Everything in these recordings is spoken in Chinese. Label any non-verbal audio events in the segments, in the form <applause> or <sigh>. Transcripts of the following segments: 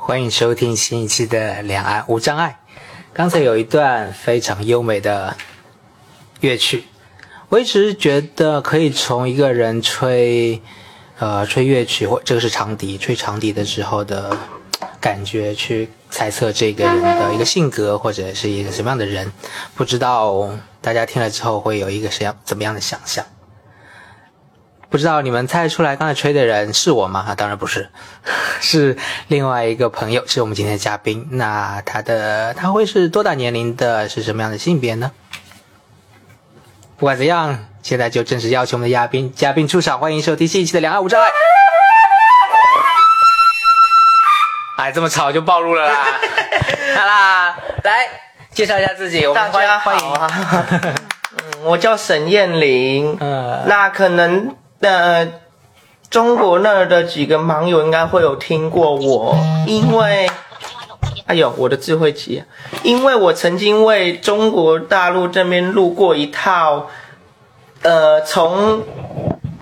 欢迎收听新一期的《两岸无障碍》。刚才有一段非常优美的乐曲，我一直觉得可以从一个人吹，呃，吹乐曲或这个是长笛，吹长笛的时候的感觉去猜测这个人的一个性格或者是一个什么样的人。不知道大家听了之后会有一个什样怎么样的想象？不知道你们猜出来刚才吹的人是我吗？啊，当然不是， <laughs> 是另外一个朋友，是我们今天的嘉宾。那他的他会是多大年龄的？是什么样的性别呢？不管怎样，现在就正式邀请我们的嘉宾嘉宾出场，欢迎收听新一期的《两岸无障碍》。哎，这么吵就暴露了啦！ <laughs> 好啦，来介绍一下自己，我们大欢家欢好迎。啊， <laughs> 嗯我叫沈燕玲。呃，那可能呃，中国那儿的几个盲友应该会有听过我，因为，哎呦，我的智慧机，啊因为我曾经为中国大陆这边录过一套，呃，从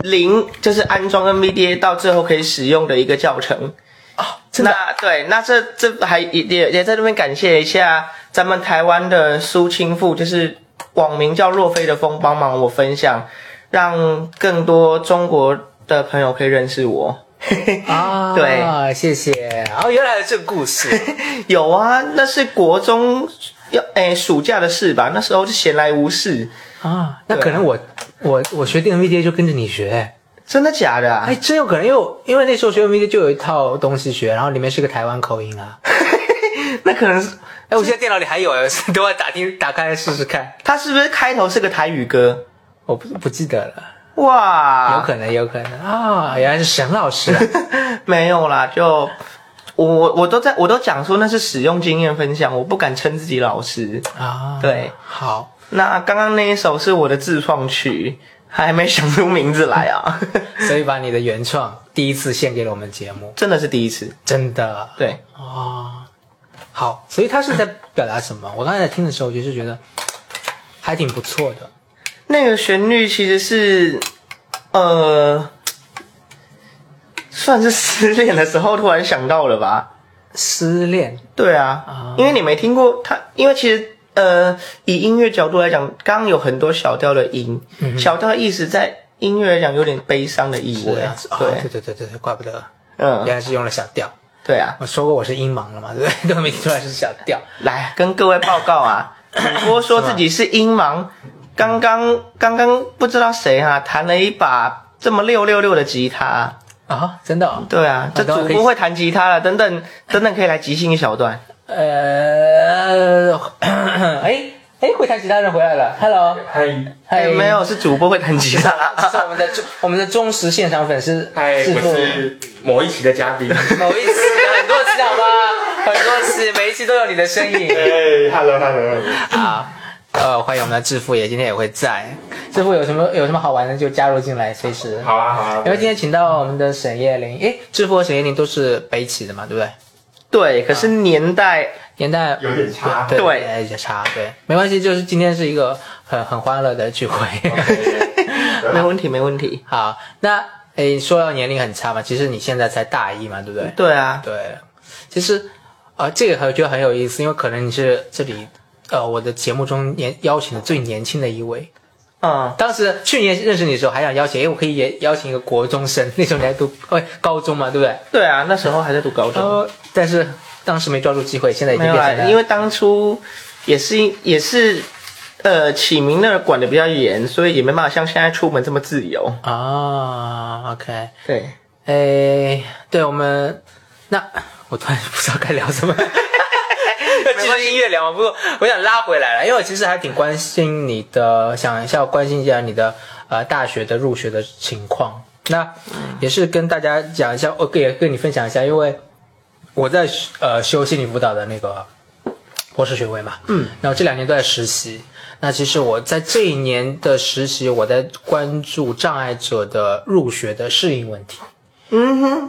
零就是安装 NVDA 到最后可以使用的一个教程。真的那对，那这这还也也也在这边感谢一下咱们台湾的苏清富，就是网名叫若飞的风，帮忙我分享，让更多中国的朋友可以认识我。啊，对，谢谢。哦，原来有这个故事。有啊，那是国中要哎暑假的事吧？那时候就闲来无事，啊，那对可能我我我学电 VDA 就跟着你学，真的假的啊？哎，真有可能，因为我因为那时候学 VDA 就有一套东西学，然后里面是个台湾口音啊。那可能是哎，我现在电脑里还有， <laughs> 等我打听打开试试看。他是不是开头是个台语歌？我不不记得了，哇，有可能，有可能啊、原来是沈老师、 <laughs> 啊。没有啦，就我我我都在我都讲说那是使用经验分享，我不敢称自己老师。啊，对，好，那刚刚那一首是我的自创曲，还没想出名字来啊， <laughs> 所以把你的原创第一次献给了我们节目，真的是第一次。真的。对，哦，好，所以他是在表达什么？我刚才在听的时候，就是觉得还挺不错的。那个旋律其实是，呃，算是失恋的时候突然想到了吧。失恋对啊，因为你没听过他，因为其实呃，以音乐角度来讲，刚刚有很多小调的音，小调的意思在音乐来讲有点悲伤的意味。对啊，哦对，对对对对对，怪不得嗯，原来是用了小调。对啊，我说过我是音盲了嘛，对不对？ <laughs> 都没听出来是小调。来跟各位报告啊，主播说自己是音盲，刚刚刚刚不知道谁哈、啊、弹了一把这么六六六的吉他。啊，真的、哦？对啊，这等会主可以播会弹吉他了，等等等等，可以来即兴一小段。呃， <coughs> 哎哎，会弹吉他的人回来了，Hello，嗨，嗨，哎没有，是主播会弹吉这 <laughs> 是他。我们的忠我们的忠实现场粉丝，哎嗨，师我傅是某一期的嘉宾。某一期很多期好吗？ <laughs> 很多期，每一期都有你的身 <laughs> 影。哎，hello，hello。啊，呃，欢迎我们的致富也，今天也会在。致富有什么有什么好玩的就加入进来，随时。好啊，好啊。因为今天请到我们的沈叶玲，诶，致富和沈叶玲都是北起的嘛，对不对？对，可是年代年代有点差对，对有点差，对，没关系，就是今天是一个很很欢乐的聚 <laughs> 会。没问题，没问题。好，那诶，说到年龄很差嘛，其实你现在才大一嘛，对不对？对啊，对，其实啊、呃这个我觉得很有意思，因为可能你是这里呃我的节目中年邀请的最年轻的一位。嗯，当时去年认识你的时候，还想邀请，哎，我可以也邀请一个国中生，那时候你还读哎高中嘛，对不对？对啊，那时候还在读高中，呃，但是当时没抓住机会，现在已没经有变成啦，了因为当初也是也是，呃，启明那儿管的比较严，所以也没办法像现在出门这么自由。啊，OK，对，哎，对我们那我突然 <laughs> 不知道该聊什么。继续音乐聊嘛，不过我想拉回来了，因为我其实还挺关心你的，想一下关心一下你的呃大学的入学的情况。那也是跟大家讲一下，我也跟你分享一下，因为我在呃修心理辅导的那个博士学位嘛，嗯，然后这两年都在实习。那其实我在这一年的实习，我在关注障碍者的入学的适应问题。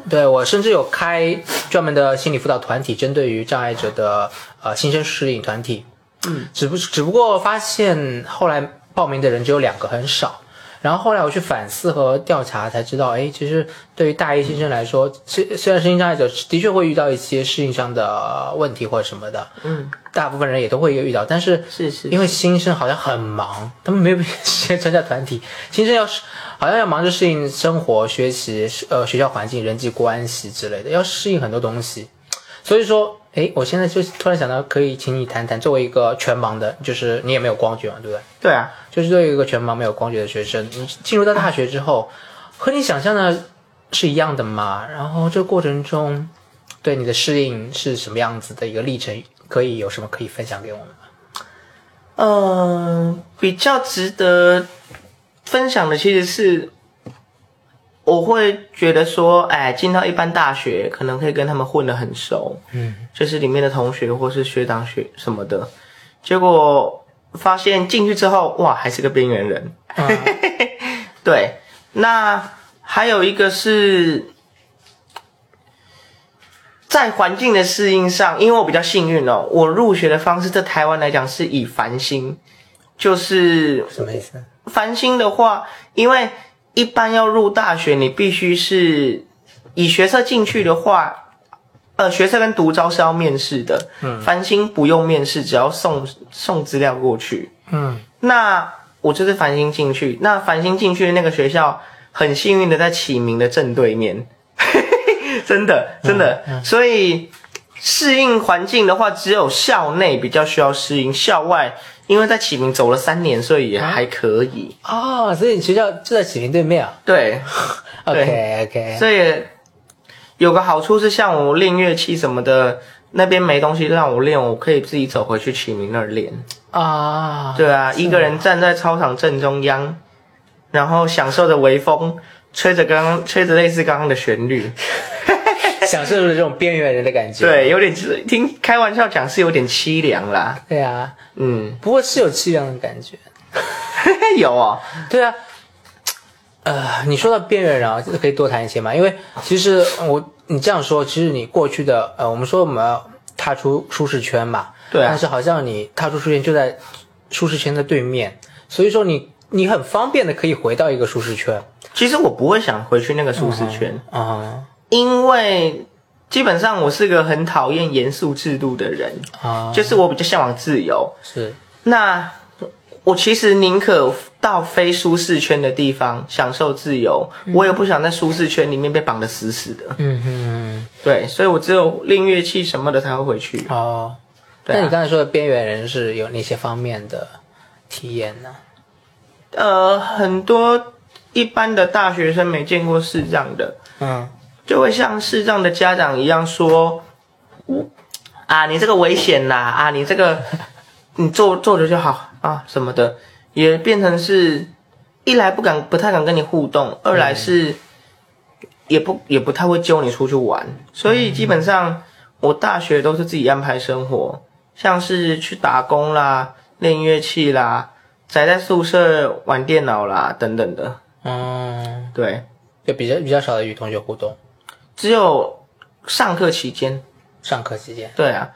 对我甚至有开专门的心理辅导团体，针对于障碍者的呃新生适应团体。嗯，只不只不过发现后来报名的人只有两个，很少。然后后来我去反思和调查才知道，哎，其实对于大一新生来说，虽虽然身心障碍者的确会遇到一些适应上的问题或者什么的，嗯，大部分人也都会遇到，但是是是因为新生好像很忙，他们没有 <laughs> 时间参加团体，新生要是好像要忙着适应生活、学习、呃学校环境、人际关系之类的，要适应很多东西，所以说。哎，我现在就突然想到，可以请你谈谈，作为一个全盲的，就是你也没有光觉嘛，对不对？对啊，就是对于一个全盲没有光觉的学生，你进入到大学之后，和你想象的是一样的吗？然后这过程中对你的适应是什么样子的一个历程？可以有什么可以分享给我们吗？嗯，比较值得分享的其实是，我会觉得说，哎，进到一般大学，可能可以跟他们混得很熟，嗯，就是里面的同学或是学长学什么的，结果发现进去之后，哇，还是个边缘人。啊 <laughs> 对，那还有一个是在环境的适应上，因为我比较幸运哦，我入学的方式在台湾来讲是以繁星，就是什么意思？繁星的话，因为一般要入大学，你必须是以学测进去的话，呃，学测跟独招是要面试的，嗯，繁星不用面试，只要送送资料过去，嗯那我就是繁星进去，那繁星进去的那个学校，很幸运的在启明的正对面， <laughs> 真的真的，所以适应环境的话，只有校内比较需要适应，校外因为在启明走了三年，所以也还可以。啊，所以你学校就在启明对面啊。哦对， OK OK，所以有个好处是，像我练乐器什么的，那边没东西让我练，我可以自己走回去启明那儿练。啊，对啊，一个人站在操场正中央，然后享受着微风，吹着刚刚吹着类似刚刚的旋律， <laughs> 享受着这种边缘人的感觉。对，有点听开玩笑讲是有点凄凉啦，对啊，嗯， <laughs> 不过是有凄凉的感觉。有哦，对啊，呃，你说到边缘人啊，可以多谈一些嘛？因为其实我你这样说，其实你过去的呃，我们说我们要踏出舒适圈嘛，对啊但是好像你踏出舒适圈就在舒适圈的对面，所以说你你很方便的可以回到一个舒适圈其实我不会想回去那个舒适圈，啊因为基本上我是个很讨厌严肃制度的人，啊，就是我比较向往自由，是那我其实宁可到非舒适圈的地方享受自由，我也不想在舒适圈里面被绑得死死的。嗯哼对，所以我只有练乐器什么的才会回去。哦，对啊那你刚才说的边缘人是有哪些方面的体验呢？呃，很多一般的大学生没见过视障的，嗯就会像视障的家长一样说：“啊，你这个危险啦！啊，你这个 <laughs> 你坐坐着就好啊什么的。”也变成是一来不敢不太敢跟你互动，二来是也不也不太会揪你出去玩，所以基本上我大学都是自己安排生活，像是去打工啦、练乐器啦、宅在宿舍玩电脑啦等等的，嗯，对。就比较比较少的与同学互动，只有上课期间。上课期间，对啊，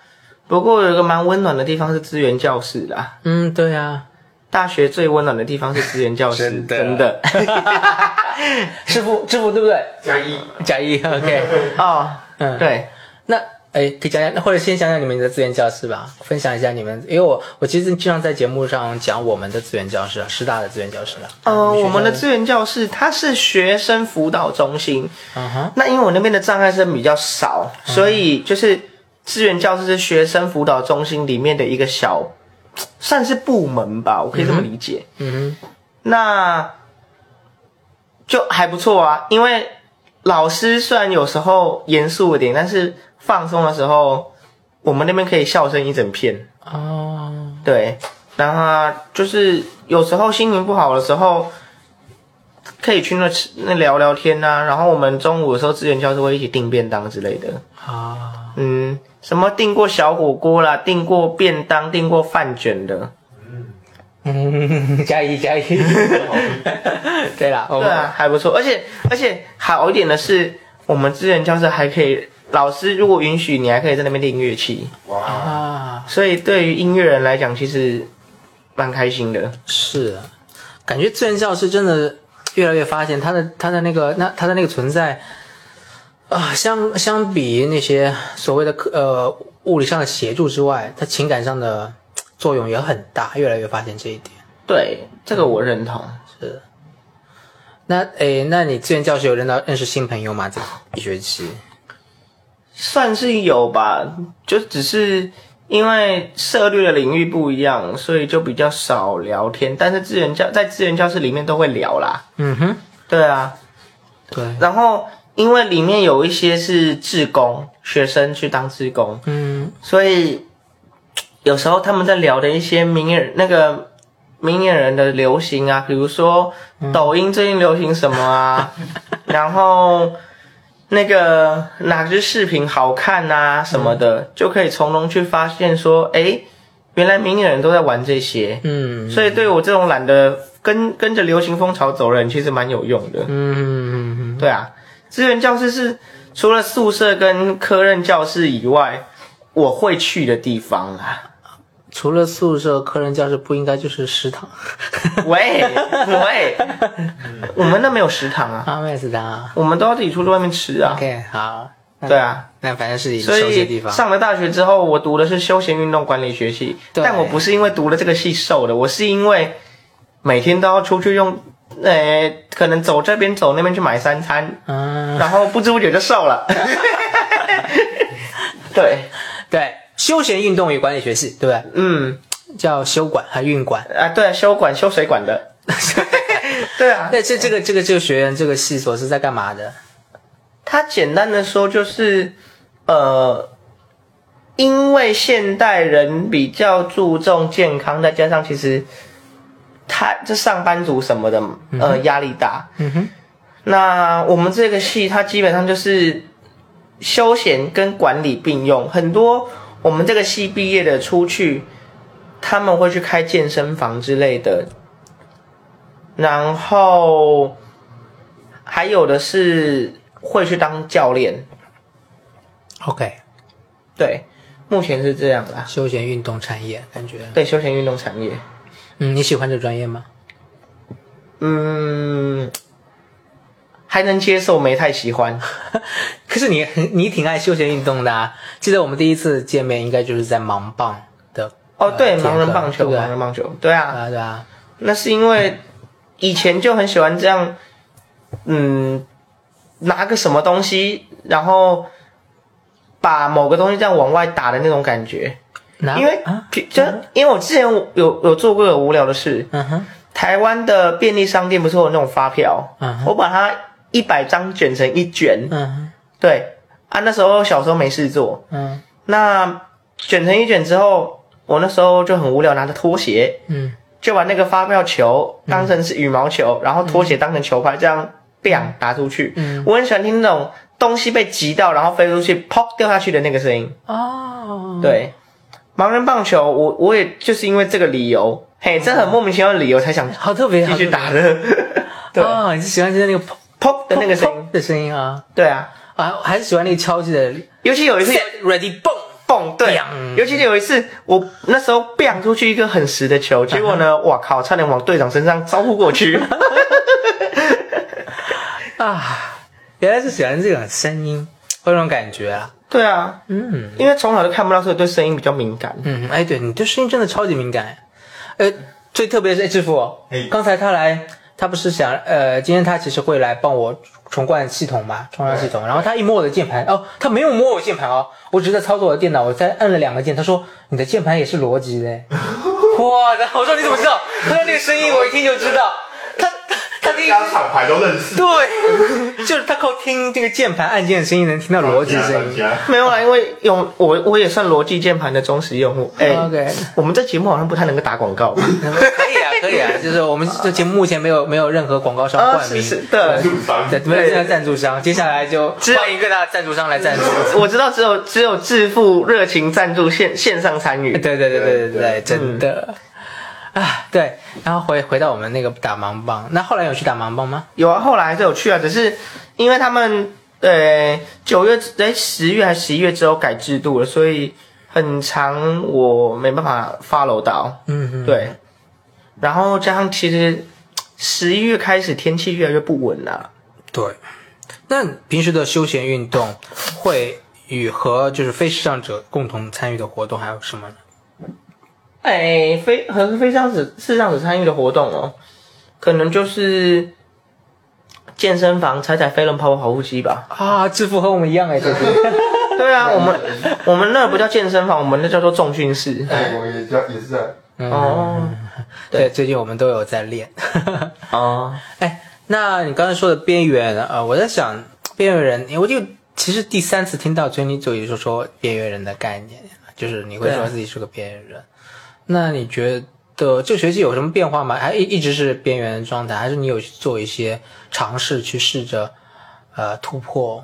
不过有一个蛮温暖的地方是资源教室啦。嗯，对啊。大学最温暖的地方是资源教室，真的真的知府，知府对不对？加一，甲一，OK。 <laughs> 哦，嗯对，那哎，可以讲讲，或者先讲讲你们的资源教室吧，分享一下你们，因为我我其实经常在节目上讲我们的资源教室啊，师大的资源教室啊。呃，学校我们的资源教室它是学生辅导中心，嗯哼，那因为我那边的障碍生比较少，所以就是资源教室是学生辅导中心里面的一个小，算是部门吧，我可以这么理解。嗯哼，那就还不错啊，因为老师虽然有时候严肃一点，但是放松的时候，我们那边可以笑声一整片。哦，对，然后啊就是有时候心情不好的时候，可以去那吃那聊聊天啊。然后我们中午的时候，资源教室会一起订便当之类的。啊，嗯，什么订过小火锅啦，订过便当，订过饭卷的。嗯， <laughs> 加一加一。 <laughs> 对啦，我对们啊，还不错。而且而且好一点的是，我们资源教室还可以，老师如果允许，你还可以在那边练乐器。哇，啊所以对于音乐人来讲，其实蛮开心的。是啊，感觉自然教师真的越来越发现它的它的那个那它的那个存在啊、相相比那些所谓的科呃物理上的协助之外，它情感上的作用也很大，越来越发现这一点。对，这个我认同。是。那诶，那你志愿教学有认到认识新朋友吗？这一学期？算是有吧，就只是因为涉猎的领域不一样，所以就比较少聊天。但是资源教在资源教室里面都会聊啦，嗯哼，对啊。对，然后因为里面有一些是志工学生去当志工，嗯，所以有时候他们在聊的一些明眼那个明眼人的流行啊，比如说抖音最近流行什么啊，然后那个哪支视频好看啊什么的，就可以从中去发现说，哎，原来明眼人都在玩这些，嗯，所以对我这种懒得跟跟着流行风潮走的人，其实蛮有用的。嗯，对啊，资源教室是除了宿舍跟科任教室以外，我会去的地方 <laughs> 啊。除了宿舍、科任教室，不应该就是食堂？ <laughs> 喂喂，我们那没有食堂啊，阿麦食堂啊我们都要自己出去外面吃啊。 ？OK，好，嗯那对，啊，那反正是你所熟悉的地以方。上了大学之后，我读的是休闲运动管理学系，对但我不是因为读了这个系瘦的，我是因为每天都要出去用，呃，可能走这边走那边去买三餐，嗯，然后不知不觉就瘦了。 <laughs> 对，对，休闲运动与管理学系，对不嗯。对？叫休管还运管？啊，对啊，修管修水管的， <laughs> 对啊，那这这个这个这个学员这个系所是在干嘛的？它简单的说就是，呃，因为现代人比较注重健康，再加上其实他这上班族什么的，呃，压力大。嗯哼，那我们这个系它基本上就是休闲跟管理并用，很多我们这个系毕业的出去，他们会去开健身房之类的，然后还有的是会去当教练， ，OK，对，目前是这样啦。休闲运动产业感觉，对休闲运动产业，嗯，你喜欢这个专业吗？嗯，还能接受，没太喜欢。可是你很你挺爱休闲运动的啊！记得我们第一次见面应该就是在盲棒的哦，对，呃盲人棒对球，不对盲人棒球，对啊，啊对啊，那是因为以前就很喜欢这样，嗯，拿个什么东西，然后把某个东西这样往外打的那种感觉。拿因为啊，就就因为我之前有有做过有无聊的事，嗯哼，台湾的便利商店不是有那种发票，嗯哼我把它一百张卷成一卷，嗯哼，对啊，那时候小时候没事做，嗯那卷成一卷之后，我那时候就很无聊，拿着拖鞋，嗯就把那个发票球当成是羽毛球，然后拖鞋当成球拍，这样 bang 打出去。嗯我很喜欢听那种东西被击到，然后飞出去，砰掉下去的那个声音。哦，对，盲人棒球，我我也就是因为这个理由，嘿，这很莫名其妙的理由才想好特别，继好续特打的。别对，哦，你是喜欢现在那个砰砰的那个声砰音砰。的声音啊，对啊，啊，还是喜欢那个敲击的尤其有一次 set ready 蹦，蹦，对 bang，尤其有一次我那时候 bang 出去一个很实的球，结果嗯呢，哇靠，差点往队长身上招呼 <laughs> 过去。啊，原来是喜欢这种声音，会有那种感觉啊，对啊，嗯因为从小就看不到，所以对声音比较敏感。嗯，哎，对你对声音真的超级敏感，呃，最特别的是哎师傅嘿，刚才他来，他不是想呃，今天他其实会来帮我重灌系统嘛，重灌系统，然后他一摸我的键盘，哦，他没有摸我键盘哦，我只是在操作我的电脑，我再按了两个键，他说你的键盘也是逻辑的，哇的，我说你怎么知道？他说那个声音我一听就知道，他他他第一家厂牌都认识。对，就是他靠听这个键盘按键的声音能听到逻辑声音。家没有啦，因为用我我也算逻辑键盘的忠实用户。哎、 OK 我们这节目好像不太能够打 <laughs> 广告。可以啊，可以啊，就是我们这节目目前没有没有任何广告商啊冠名，是是 <laughs> 对住房对，啊没有任何赞助商。接下来就只欢迎各大赞助商来赞助。我知道只有只有致富热情赞助线线上参与 <laughs> 对。对对对对嗯对对，对真的。啊，对，然后回回到我们那个打盲棒，那后来有去打盲棒吗？有啊，后来还是有去啊，只是因为他们呃九月哎十月还十一月之后改制度了，所以很长我没办法 follow 到。嗯，对，然后加上其实十一月开始天气越来越不稳啊了、对，那平时的休闲运动会与和就是非视障者共同参与的活动还有什么呢？哎，非和非上子是上子参与的活动哦，可能就是健身房踩踩飞轮跑跑跑步机吧。啊，致富和我们一样哎，这是对啊，我们我们那不叫健身房，我们那叫做重训室。泰国也叫也是在哦嗯对，最近我们都有在练。哦，哎，那你刚才说的边缘，呃，我在想边缘人，因为我就其实第三次听到珍妮就就说边缘人的概念，就是你会对啊说自己是个边缘人。那你觉得这学期有什么变化吗？还一一直是边缘人状态，还是你有去做一些尝试去试着呃突破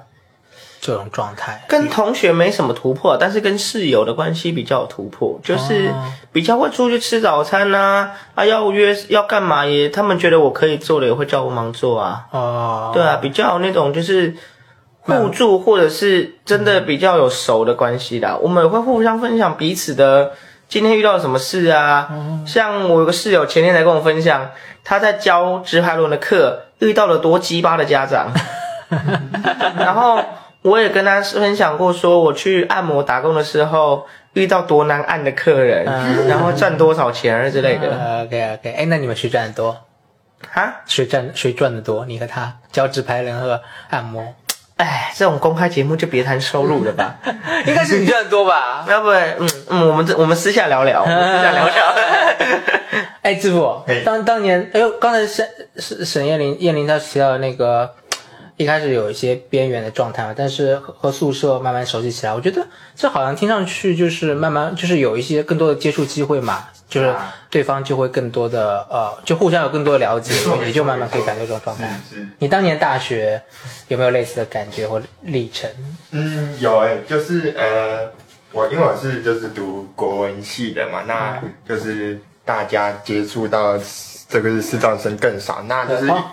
这种状态？跟同学没什么突破，但是跟室友的关系比较有突破，就是哦比较会出去吃早餐呐、啊，要约要干嘛也，他们觉得我可以做的也会叫我忙做啊。哦，对啊，，比较那种就是互助，或者是真的比较有熟的关系啦。我们也会互相分享彼此的今天遇到了什么事啊。像我有个室友前天才跟我分享，他在教直排轮的课遇到了多鸡巴的家长，然后我也跟他分享过，说我去按摩打工的时候遇到多难按的客人，然后赚多少钱之类的。呃，OK OK，哎，那你们谁赚的多？哈，谁赚谁赚的多？你和他脚趾排轮和按摩，哎，这种公开节目就别谈收入了吧。应该是你赚的多吧？要不，嗯嗯，我们这我们私下聊 <laughs> 聊，我们私下聊聊。哎，师傅嘿，当当年，哎呦，刚才沈沈沈燕玲，燕玲她提到那个，一开始有一些边缘的状态嘛，但是和和宿舍慢慢熟悉起来，我觉得这好像听上去就是慢慢就是有一些更多的接触机会嘛，就是啊对方就会更多的呃，就互相有更多的了解没错，嗯也就慢慢可以感觉这种状态。是是你当年大学有没有类似的感觉或历程？嗯，有哎、就是呃，我因为我是就是读国文系的嘛，那就是大家接触到这个是视障生更少，那就是哦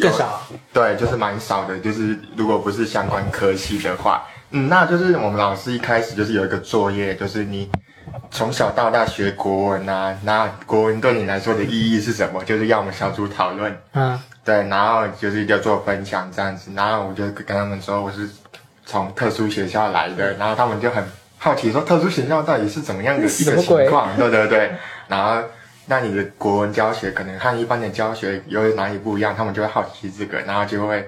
更少对，就是蛮少的，就是如果不是相关科系的话，嗯，那就是我们老师一开始就是有一个作业，就是你从小到大学国文啊，那国文对你来说的意义是什么？就是要我们小组讨论，嗯，对，然后就是要做分享这样子，然后我就跟他们说我是从特殊学校来的，嗯然后他们就很好奇说特殊学校到底是怎么样的一什个么鬼情况， <laughs> 对对对，然后那你的国文教学可能和一般的教学有哪里不一样，他们就会好奇这个，然后就会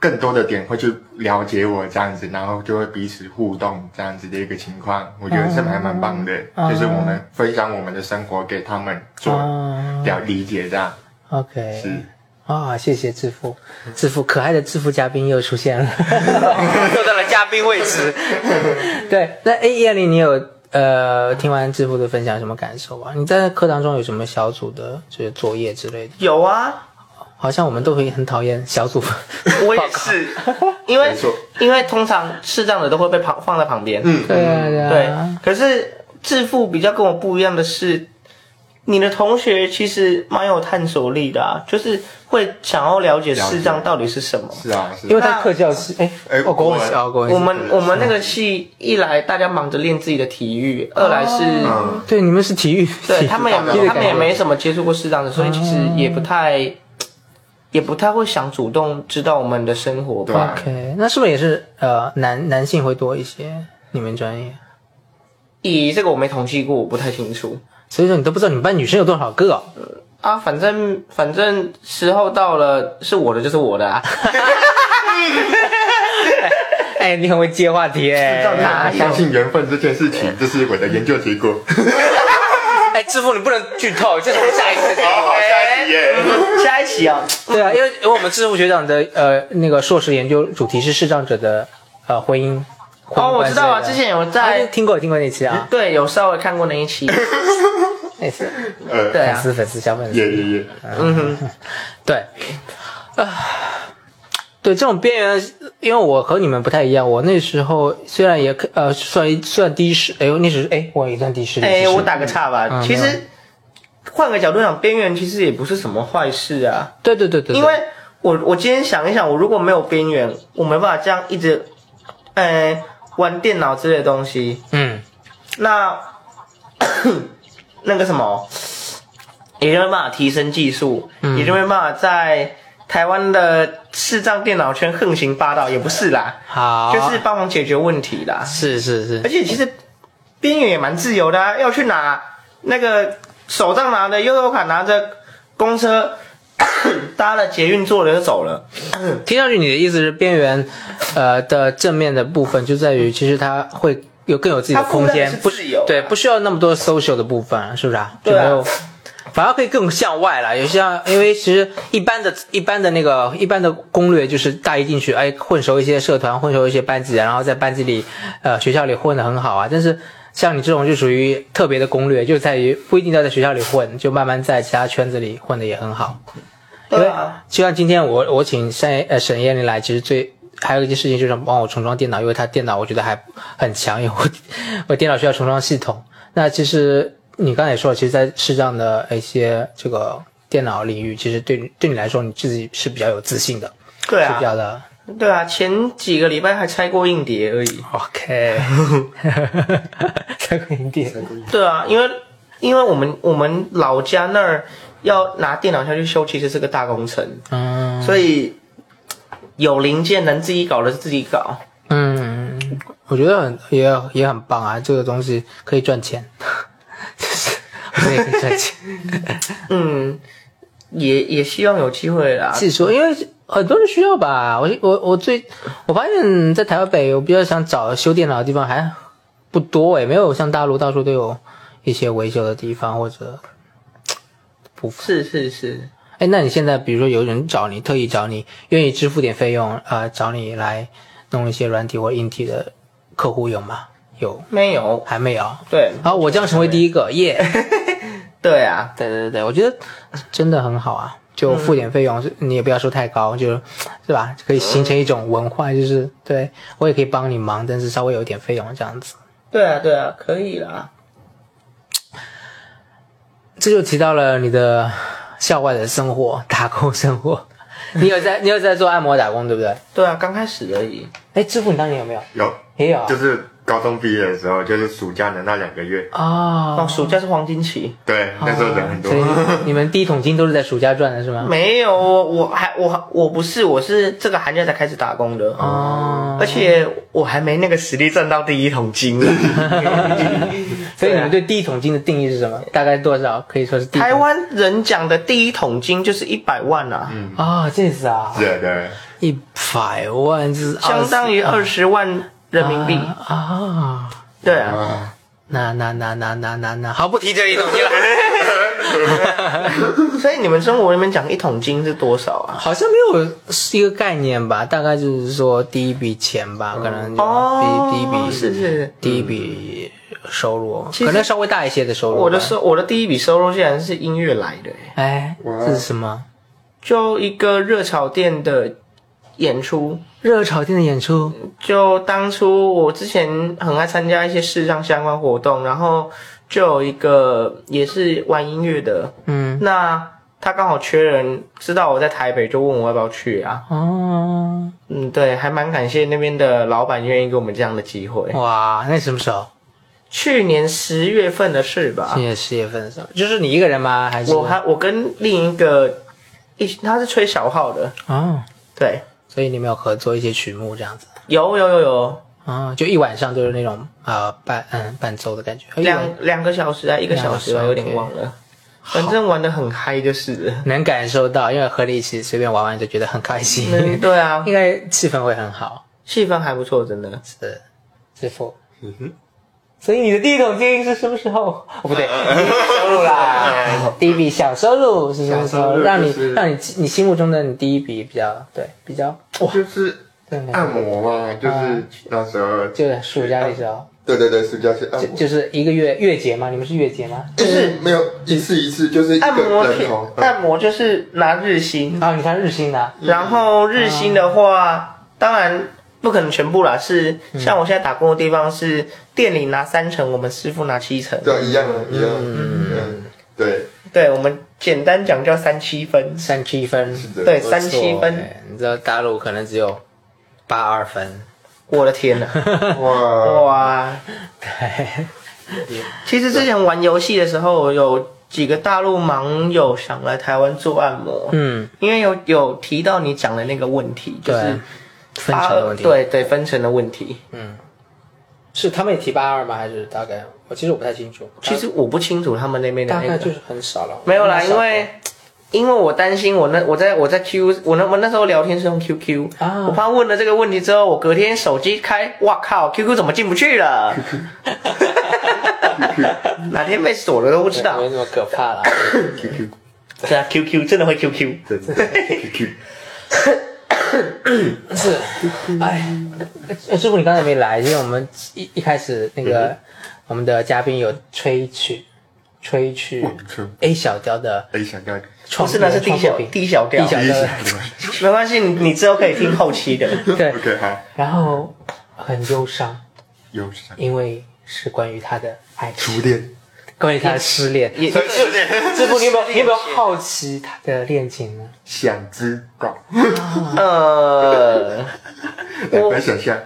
更多的点会去了解我这样子，然后就会彼此互动这样子的一个情况，我觉得是还蛮棒的，嗯就是我们分享我们的生活给他们做哦了理解这样， OK，是啊、谢谢致富，致富可爱的致富嘉宾又出现了， <laughs> 坐到了嘉宾位置。对，那哎，叶玲，你有呃听完致富的分享有什么感受啊？你在课堂中有什么小组的这些作业之类的？<laughs> 有啊，好像我们都会很讨厌小组 <laughs> 我也是，因为没错因为通常适当的都会被旁放在旁边。嗯，对啊，对对啊，。可是致富比较跟我不一样的是，你的同学其实蛮有探索力的、啊，就是会想要了解了解视障到底是什么。是啊，是啊因为他课教是哎，哎哦，国文系国哦，国文文系我们我们那个系一来大家忙着练自己的体育，二来是。嗯对你们是体育，体对育他们也体育的没他感们也觉没什么接触过视障的，所以其实嗯也不太也不太会想主动知道我们的生活对吧。 OK，那是不是也是呃男男性会多一些？你们专业，咦，这个我没统计过，我不太清楚所以说你都不知道你们班女生有多少个、哦。啊。反正反正时候到了，是我的就是我的啊。 <laughs> 哎，你很会接话题 <laughs> 让哎！他相信缘分这件事情，这是我的研究结果。哎，致富你不能剧透，这是我们下一次的节目。好，下一题耶。下一期啊，对啊，因为因为我们致富学长的呃那个硕士研究主题是视障者的呃婚姻。婚姻哦，我知道啊，关系之的前有啊就在听过听过那期啊，对有稍微看过那一期，嗯那次呃，对粉啊，丝粉丝小粉丝，耶耶耶，嗯哼，对，啊，对这种边缘，因为我和你们不太一样，我那时候虽然也可呃算算低视，哎呦那时哎我也算低视力，其哎，实我打个岔吧，嗯其没有实换个角度讲，边缘其实也不是什么坏事啊。对对对对，对因为我我今天想一想，我如果没有边缘，我没办法这样一直，呃，玩电脑之类的东西。 <coughs> 嗯那那个什么，也就没办法提升技术，嗯也就没办法在台湾的视障电脑圈横行霸道，也不是啦，好，啊就是帮忙解决问题啦。是是而是，且其实边缘也蛮自由的、啊，要去拿那个手杖拿着，悠游卡拿着，公车 <coughs> 搭了捷运坐了就走了。听上去你的意思是边缘，呃的正面的部分就在于其实它会有更有自己的它负空担间是，不自由啊对，不需要那么多 social 的部分，是不是啊？对啊就没有。反而可以更向外了，有些像因为其实一般的、一般的那个、一般的攻略就是大一进去，哎，混熟一些社团，混熟一些班级，啊然后在班级里、呃学校里混得很好啊。但是像你这种就属于特别的攻略，就在于不一定要在学校里混，就慢慢在其他圈子里混得也很好。因对为啊就像今天我我请沈呃沈燕玲来，其实最还有一件事情就是帮我重装电脑，因为她电脑我觉得还很强，因为我 <laughs> 我电脑需要重装系统。那其实你刚才也说了，其实，在视障的一些这个电脑领域，其实对你对你来说，你自己是比较有自信的，对是比啊，较的对啊，前几个礼拜还拆过硬碟而已。 <laughs> OK。再给你点，对啊，因为因为我们我们老家那儿要拿电脑下去修，其实是个大工程，嗯所以有零件能自己搞的自己搞。嗯，我觉得很也也很棒啊，这个东西可以赚钱， <laughs> 就是我觉得也可以赚钱。嗯，也也希望有机会啦。技术，因为很多人需要吧。我我我最我发现，在台北，我比较想找修电脑的地方还不多诶，没有像大陆到处都有一些维修的地方或者部分。是是是，哎，那你现在比如说有人找你，特意找你，愿意支付点费用啊、呃找你来弄一些软体或硬体的客户有吗？有，没有还没有。对好，我将成为第一个，耶、对啊，对对对，我觉得真的很好啊，就付嗯点费用，你也不要说太高，就是是吧？可以形成一种文化，就是对我也可以帮你忙，但是稍微有一点费用这样子。对啊，对啊，可以啦。这就提到了你的校外的生活，打工生活。你有在你有在做按摩打工，对不对？对啊，刚开始而已。哎，知乎你当年有没有？有，也有啊就是高中毕业的时候，就是暑假的那两个月，哦，哦，暑假是黄金期，对，那时候人很多所。以你们第一桶金都是在暑假赚的是吗？没有，我还我我不是，我是这个寒假才开始打工的。哦，而且我还没那个实力赚到第一 <laughs> 桶金呢。嗯所以啊你们对第一桶金的定义是什么？大概多少？可以说是第一桶台湾人讲的第一桶金就是一百万啊，啊，这样子啊，对对，一百万就是相当于二十万人民币。啊。对啊，啊，那那那那那那那，好不提这一桶金了， <laughs> 所以你们中国人民讲一桶金是多少啊？好像没有一个概念吧？大概就是说第一笔钱吧，可能就哦第第一笔是是第一笔收入，其实可能稍微大一些的收入吧。我的收，我的第一笔收入竟然是音乐来的、欸哎，哇这是什么？就一个热炒店的演出。热炒店的演出，就当初我之前很爱参加一些视障相关活动，然后就有一个也是玩音乐的，嗯，那他刚好缺人，知道我在台北，就问我要不要去啊。哦，嗯，对，还蛮感谢那边的老板愿意给我们这样的机会。哇，那什么时候？去年十月份的事吧今，年十月份的时候，就是你一个人吗？还是我还我跟另一个一他是吹小号的，哦，对，所以你们有合作一些曲目这样子。有有有有，啊，就一晚上都是那种呃伴嗯伴奏的感觉，哎一晚两两个小时啊，一个小时吧，两个小时有点忘了，反正玩的很嗨就是了。能感受到，因为和你一起随便玩玩就觉得很开心， <laughs> 嗯，对啊 <laughs> 应，该气氛会很好。气氛还不错，真的。是，师傅，嗯所以你的第一桶金是什么时候？哦，不对，呃第一笔收入啦， <laughs> 第一笔小收入是什么时小候？收入让你就是让你你心目中的你第一笔比较对比较哇，就是真的按摩嘛，就是那时候，就是暑假的时候，对对对，暑假去按就摩，就是一个月月结吗？你们是月结吗？就是没有一次一次，就是一按摩个人哦片头，按摩就是拿日嗯薪，啊，你看日薪的，然后日薪的话，当然不可能全部啦，是像我现在打工的地方是店里拿三成，我们师傅拿七成。对，一样的，一样的，嗯，对，对，我们简单讲叫三七分。三七分，对对，不错三七分，对，你知道大陆可能只有八二分。我的天呐！ <laughs> 哇，哇，对，其实之前玩游戏的时候有几个大陆盲友想来台湾做按摩，嗯，因为有有提到你讲的那个问题，就对是分成的问题， 82，对对分成的问题。是他们也提八二吗？还是大概？我其实我不太清楚，其实我不清楚他们那边的大那概个就，是很少了。没有啦，很少因为因为我担心我那我在我在 Q 我那我那时候聊天是用 QQ，啊我怕问了这个问题之后，我隔天手机开，哇靠，QQ 怎么进不 <laughs> 去了？哪天被锁了都不知道没。那么可怕啦。 <coughs> QQ <laughs> 对啊，QQ 真的会 QQ。真的 QQ，是，哎，呃师傅，你刚才没来，因为我们一一开始那嗯个、我们的嘉宾有吹去吹去吹 A 小调的哎，想到创不是那是 D 创小作品 D 小调 D 小第一调的 <laughs> 想到没关系，你你之后可以听后期的。对， ，OK 好，然后很忧伤，有想因为是关于他的爱情，初恋，关于他的失恋。也初恋师傅，你有没有你有没有好奇他的恋情呢？想知道，呃，两个选项，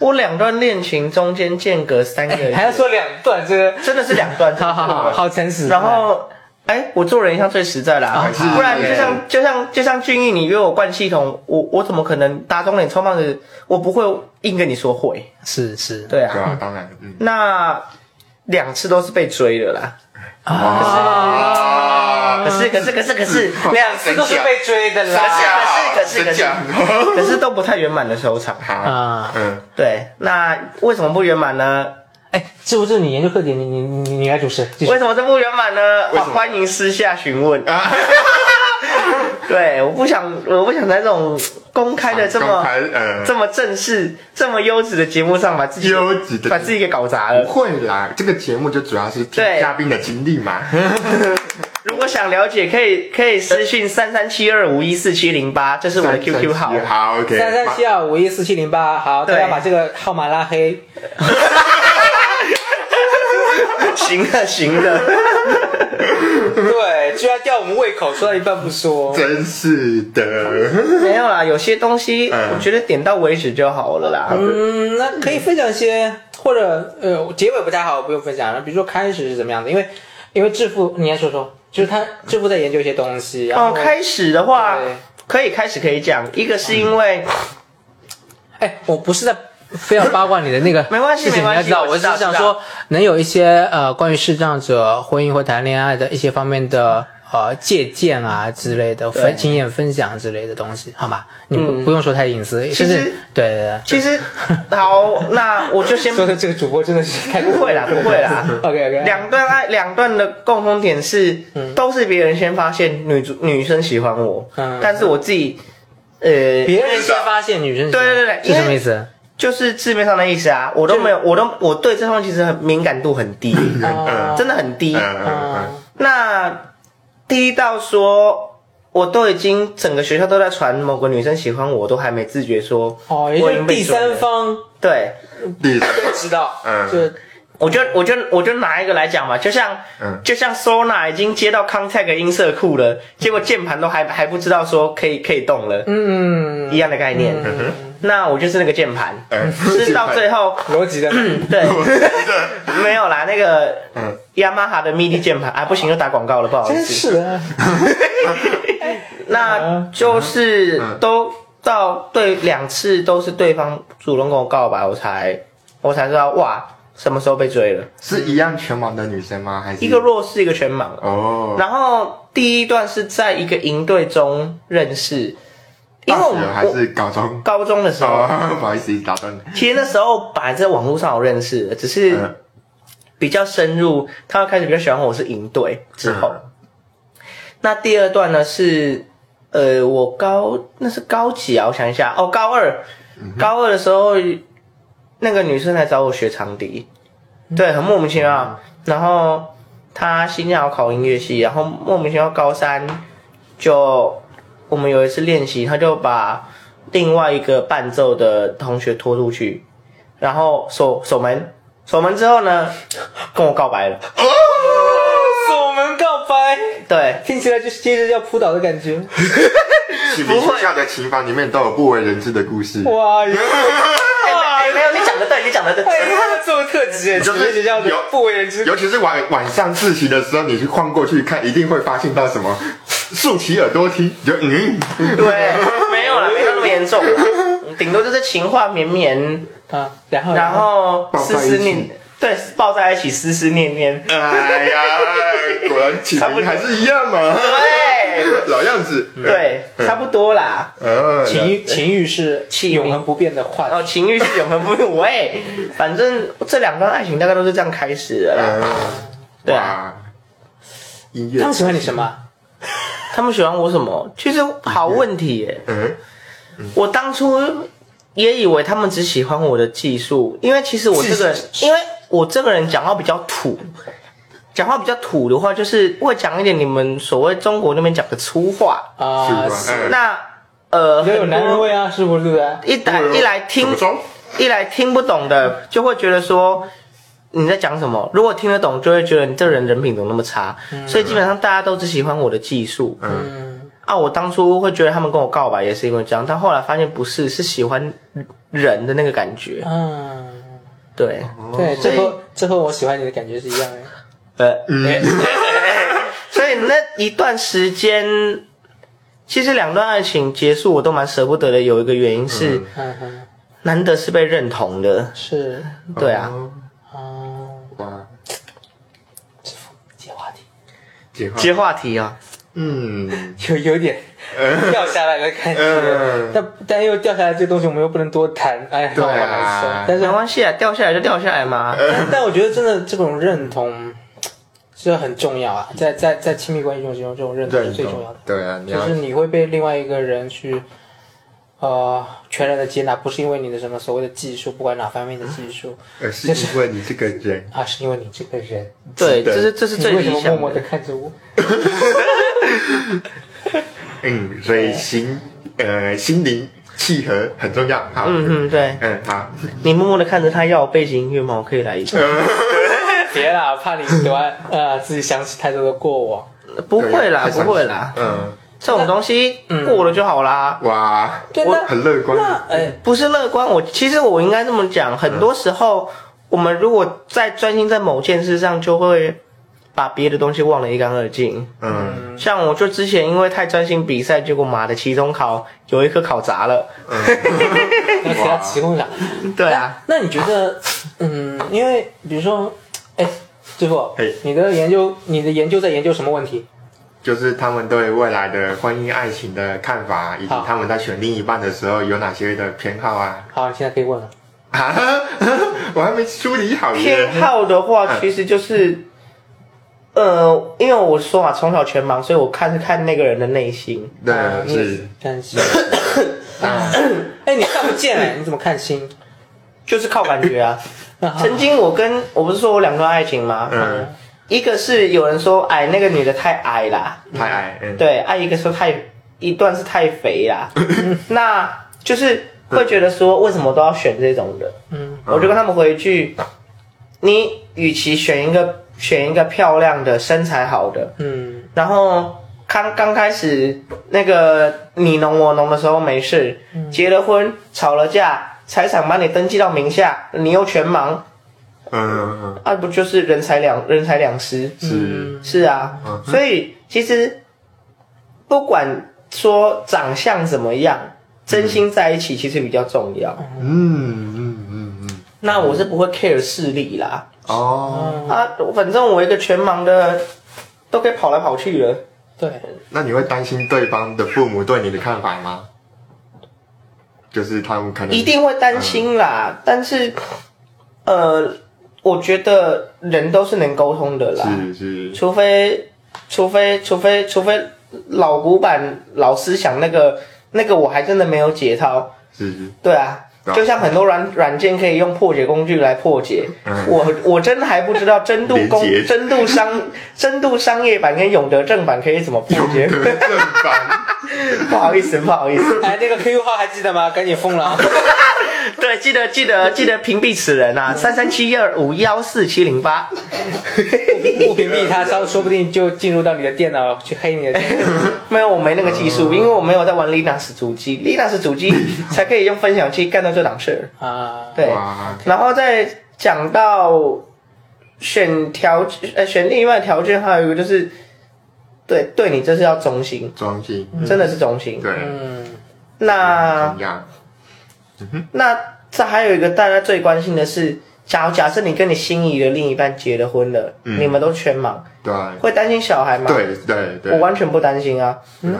我两段恋情中间间隔三个还要月，说两段，这个真的是两段。哎好好好好诚实。然后，哎，我做人一向最实在啊啦，好不然就像就像就像俊逸，你约我灌系统，我我怎么可能打肿脸充胖子？我不会硬跟你说会，是是，对对啊。啊，当然，嗯，那两次都是被追的啦，啊可嗯是可是可是可是两次都是被，追的可是可是可是可是都不太圆满的收场。好啊，嗯，对，那为什么不圆满呢？哎，这不是你研究课题，你你你你来主持，继续 <laughs> 为。什么这不圆满呢？为什么欢迎私下询问。啊， <laughs> 对，我不想，我不想在这种公开的这公么开呃，这么正式、这么优质的节目上把自己优质的把自己给搞砸不了。会啦，这个节目就主要是听对嘉宾的经历嘛，如果想了解，可以可以私信三三七二五一四七零八，这是我的 QQ 号。好，OK，三三七二五一四七零八，好，大对家把这个号码拉黑。行了行 <laughs> 了，对，居然吊我们胃口，说到一半不说。真是的，没有啦，有些东西嗯我觉得点到为止就好了啦。嗯，那可以分享一些，或者呃，结尾不太好，不用分享。比如说开始是怎么样的？因为因为致富，你来说说，就是他致富在研究一些东西，然哦，后开始的话对可以开始可以讲，一个是因为哎，我不是在非要八卦你的那个 <laughs> 没关系事情没关系你要知道，我我知只道是想知道说，能有一些呃关于视障者婚姻或谈恋爱的一些方面的呃借鉴啊之类的分经验分享之类的东西，好吗？你不、不用说太隐私，甚至其实对对对。其实好，那我就先说的这个主播真的是 <laughs> 太不会啦不会啦 <laughs> OK OK，两段爱，两段的共同点是，都是别人先发现女主女生喜欢我，嗯但是我自己，呃，别人先发现女生喜欢对对对对是什因么为意思？就是字面上的意思啊，我都没有，我都我对这方面其实很敏感度很低，啊真的很低。嗯，那低到说，我都已经整个学校都在传某个女生喜欢我，我都还没自觉说，哦，也我就是已经被第追三了。方对，第不知道，嗯就我就我就我就拿一个来讲吧，就像、嗯就像 Sona 已经接到 Contact 音色库了，结果键盘都还还不知道说可以可以动了，嗯一样的概念。呃那我就是那个键盘，嗯嗯是到最后逻辑的， <coughs> 对， <laughs> 没有啦，那个嗯雅马哈的 MIDI 键盘啊，不行又打广告了，不好意真思。是啊的，那就是都到对两次都是对方主动跟我告白，我才我才知道哇，什么时候被追了？是一样全盲的女生吗？还是一个弱势，一个全盲。哦，然后第一段是在一个营队中认识，因为我大学们还我是高中高中的时候，哦，不好意思打断你，其实那时候本来在网络上有认识的，只是嗯比较深入，他开始比较喜欢我是营队之后。嗯那第二段呢是，呃，我高那是高几啊？我想一下，哦，高二，嗯高二的时候，那个女生来找我学长笛，嗯对，很莫名其妙。然后她新疆要考音乐系，然后莫名其妙高三就我们有一次练习，她就把另外一个伴奏的同学拖出去，然后守守门，守门之后呢，跟我告 <laughs> 白了。锁门告白，对，听起来就是接着要扑倒的感觉。去你学校的琴房里面都有不为人知的故事，哇，哎没有，你讲的对，你讲的对。他做特辑，就是直接叫有不为人知。尤其是晚晚上自习的时候，你去晃过去看，一定会发现到什么，竖起耳朵听，就嗯，对，没有了，没有那么严重啦，顶多就是情话绵绵，啊，然后然后抱思在一起思念，对，抱在一起思思念念。哎呀，果然起差不多名还是一样嘛，对，老样子，对，差不多啦。嗯，情欲情欲是情欲永恒不变的话然后题。哦情欲是永恒不变，喂，反正这两段爱情大概都是这样开始的啦。嗯，对啊，哇，音乐，他们喜欢你什？么？他们喜欢我什么？其实好问题耶、嗯，我当初也以为他们只喜欢我的技术，因为其实我这个人，因为我这个人讲话比较土，讲话比较土的话，就是会讲一点你们所谓中国那边讲的粗话。啊，是吧嗯那呃，比较有男人味啊，啊，是不是？一来一来听怎么装一来听不懂的，就会觉得说你在讲什么；如果听得懂，就会觉得你这人人品怎么那么差。嗯所以基本上大家都只喜欢我的技术。嗯，啊，我当初会觉得他们跟我告白也是因为这样，但后来发现不是，是喜欢人的那个感觉。嗯，对，哦对，所以这和这和我喜欢你的感觉是一样的。哎呃，嗯，所以那一段时间，其实两段爱情结束，我都蛮舍不得的。有一个原因是，嗯哼，难得是被认同的。是对啊，嗯啊，哦哇，接话题， <laughs> 接话，接话题啊，嗯， <laughs> 有有点掉下来的感觉嗯，但但又掉下来这东西，我们又不能多谈，哎，对让啊我难受。但是呃没关系啊，掉下来就掉下来嘛。但 <laughs> 但我觉得真的这种认同是很重要啊，在在在亲密关系中，这种这种认同是认最重要同的，，对啊，你就要是你会被另外一个人去。呃，全然的接纳，不是因为你的什么所谓的技术，不管哪方面的技术，而呃是因为你这个人，啊，是因为你这个人。对，的这是这是最你为什理么想默默的的。看着我？ <laughs> 嗯，所以心，呃，心灵契合很重要，好，嗯嗯，对嗯，好，你默默的看着他要我背景音乐吗？我可以来一个。别啦，怕你喜欢呃自己想起太多的过往。 <laughs> 不会啦，太伤不心会啦，嗯，这种东西嗯过了就好啦。哇，对，我那很乐观啊那哎，不是乐观，我其实我应该这么讲，很多时候我们如果在专心在某件事上，就会把别的东西忘得一干二净。嗯，像我就之前因为太专心比赛，结果妈的期中考有一科考砸了。那其他提供啥？对啊，那你觉得，嗯，因为比如说，哎，师傅嘿，你的研究，你的研究在研究什么问题？就是他们对未来的婚姻爱情的看法，以及好他们在选另一半的时候有哪些的偏好 <laughs> 啊？好，你现在可以问了。啊，我还没梳理好耶偏。好的话嗯其实就是，呃，因为我说嘛，从小全盲，所以我看是看那个人的内心。对啊，你也是，啊担 <coughs> 心。 <coughs> 哎，你看不见哎，你怎么看清？就是靠感觉 <laughs> 啊。啊曾经我跟我不是说我两段爱情吗？嗯，一个是有人说矮那个女的太矮啦，太矮，嗯，对，爱一个说太一段是太肥 <laughs> 啦，那就是会觉得说为什么都要选这种人？嗯，我就跟他们回一句，你与其选一个选一个漂亮的身材好的，嗯然后刚刚开始那个你侬我侬的时候没事，嗯结了婚吵了架，财产把你登记到名下，你又全盲，嗯，啊不就是人财两人财两失？嗯是，是啊，所以其实不管说长相怎么样，真心在一起其实比较重要。嗯嗯嗯嗯，那我是不会 care 视力啦，哦，啊，反正我一个全盲的都可以跑来跑去了。对，那你会担心对方的父母对你的看法吗？就是他们可能一定会担心啦，但是，呃，我觉得人都是能沟通的啦，是是，除非，除非，除非，除非老古板老思想那个那个，我还真的没有解套。是是，对啊，对啊就像很多软软件可以用破解工具来破解，嗯我我真的还不知道真度工连、接真度商、真度商业版跟永德正版可以怎么破解。正版， <laughs> 不好意思，不好意思。 <laughs> 哎，那个 QQ 号还记得吗？赶紧封了。啊对，记得记得记得屏蔽此人啊，三三七二五幺四七零八。 <laughs> 不屏蔽他，稍说不定就进入到你的电脑去黑你的电脑。没有，我没那个技嗯术，因为我没有在玩 Linux 主机，Linux 主机才可以用分享器干掉这档事儿。啊，对哇，然后再讲到选条呃选另外条件，还有一个就是，对对你这是要忠心，中性，嗯真的是嗯忠心。对，嗯，那一样，嗯那这还有一个大家最关心的是，假如假设你跟你心仪的另一半结了婚了，嗯你们都全忙，对，会担心小孩吗？，对对对，我完全不担心啊，对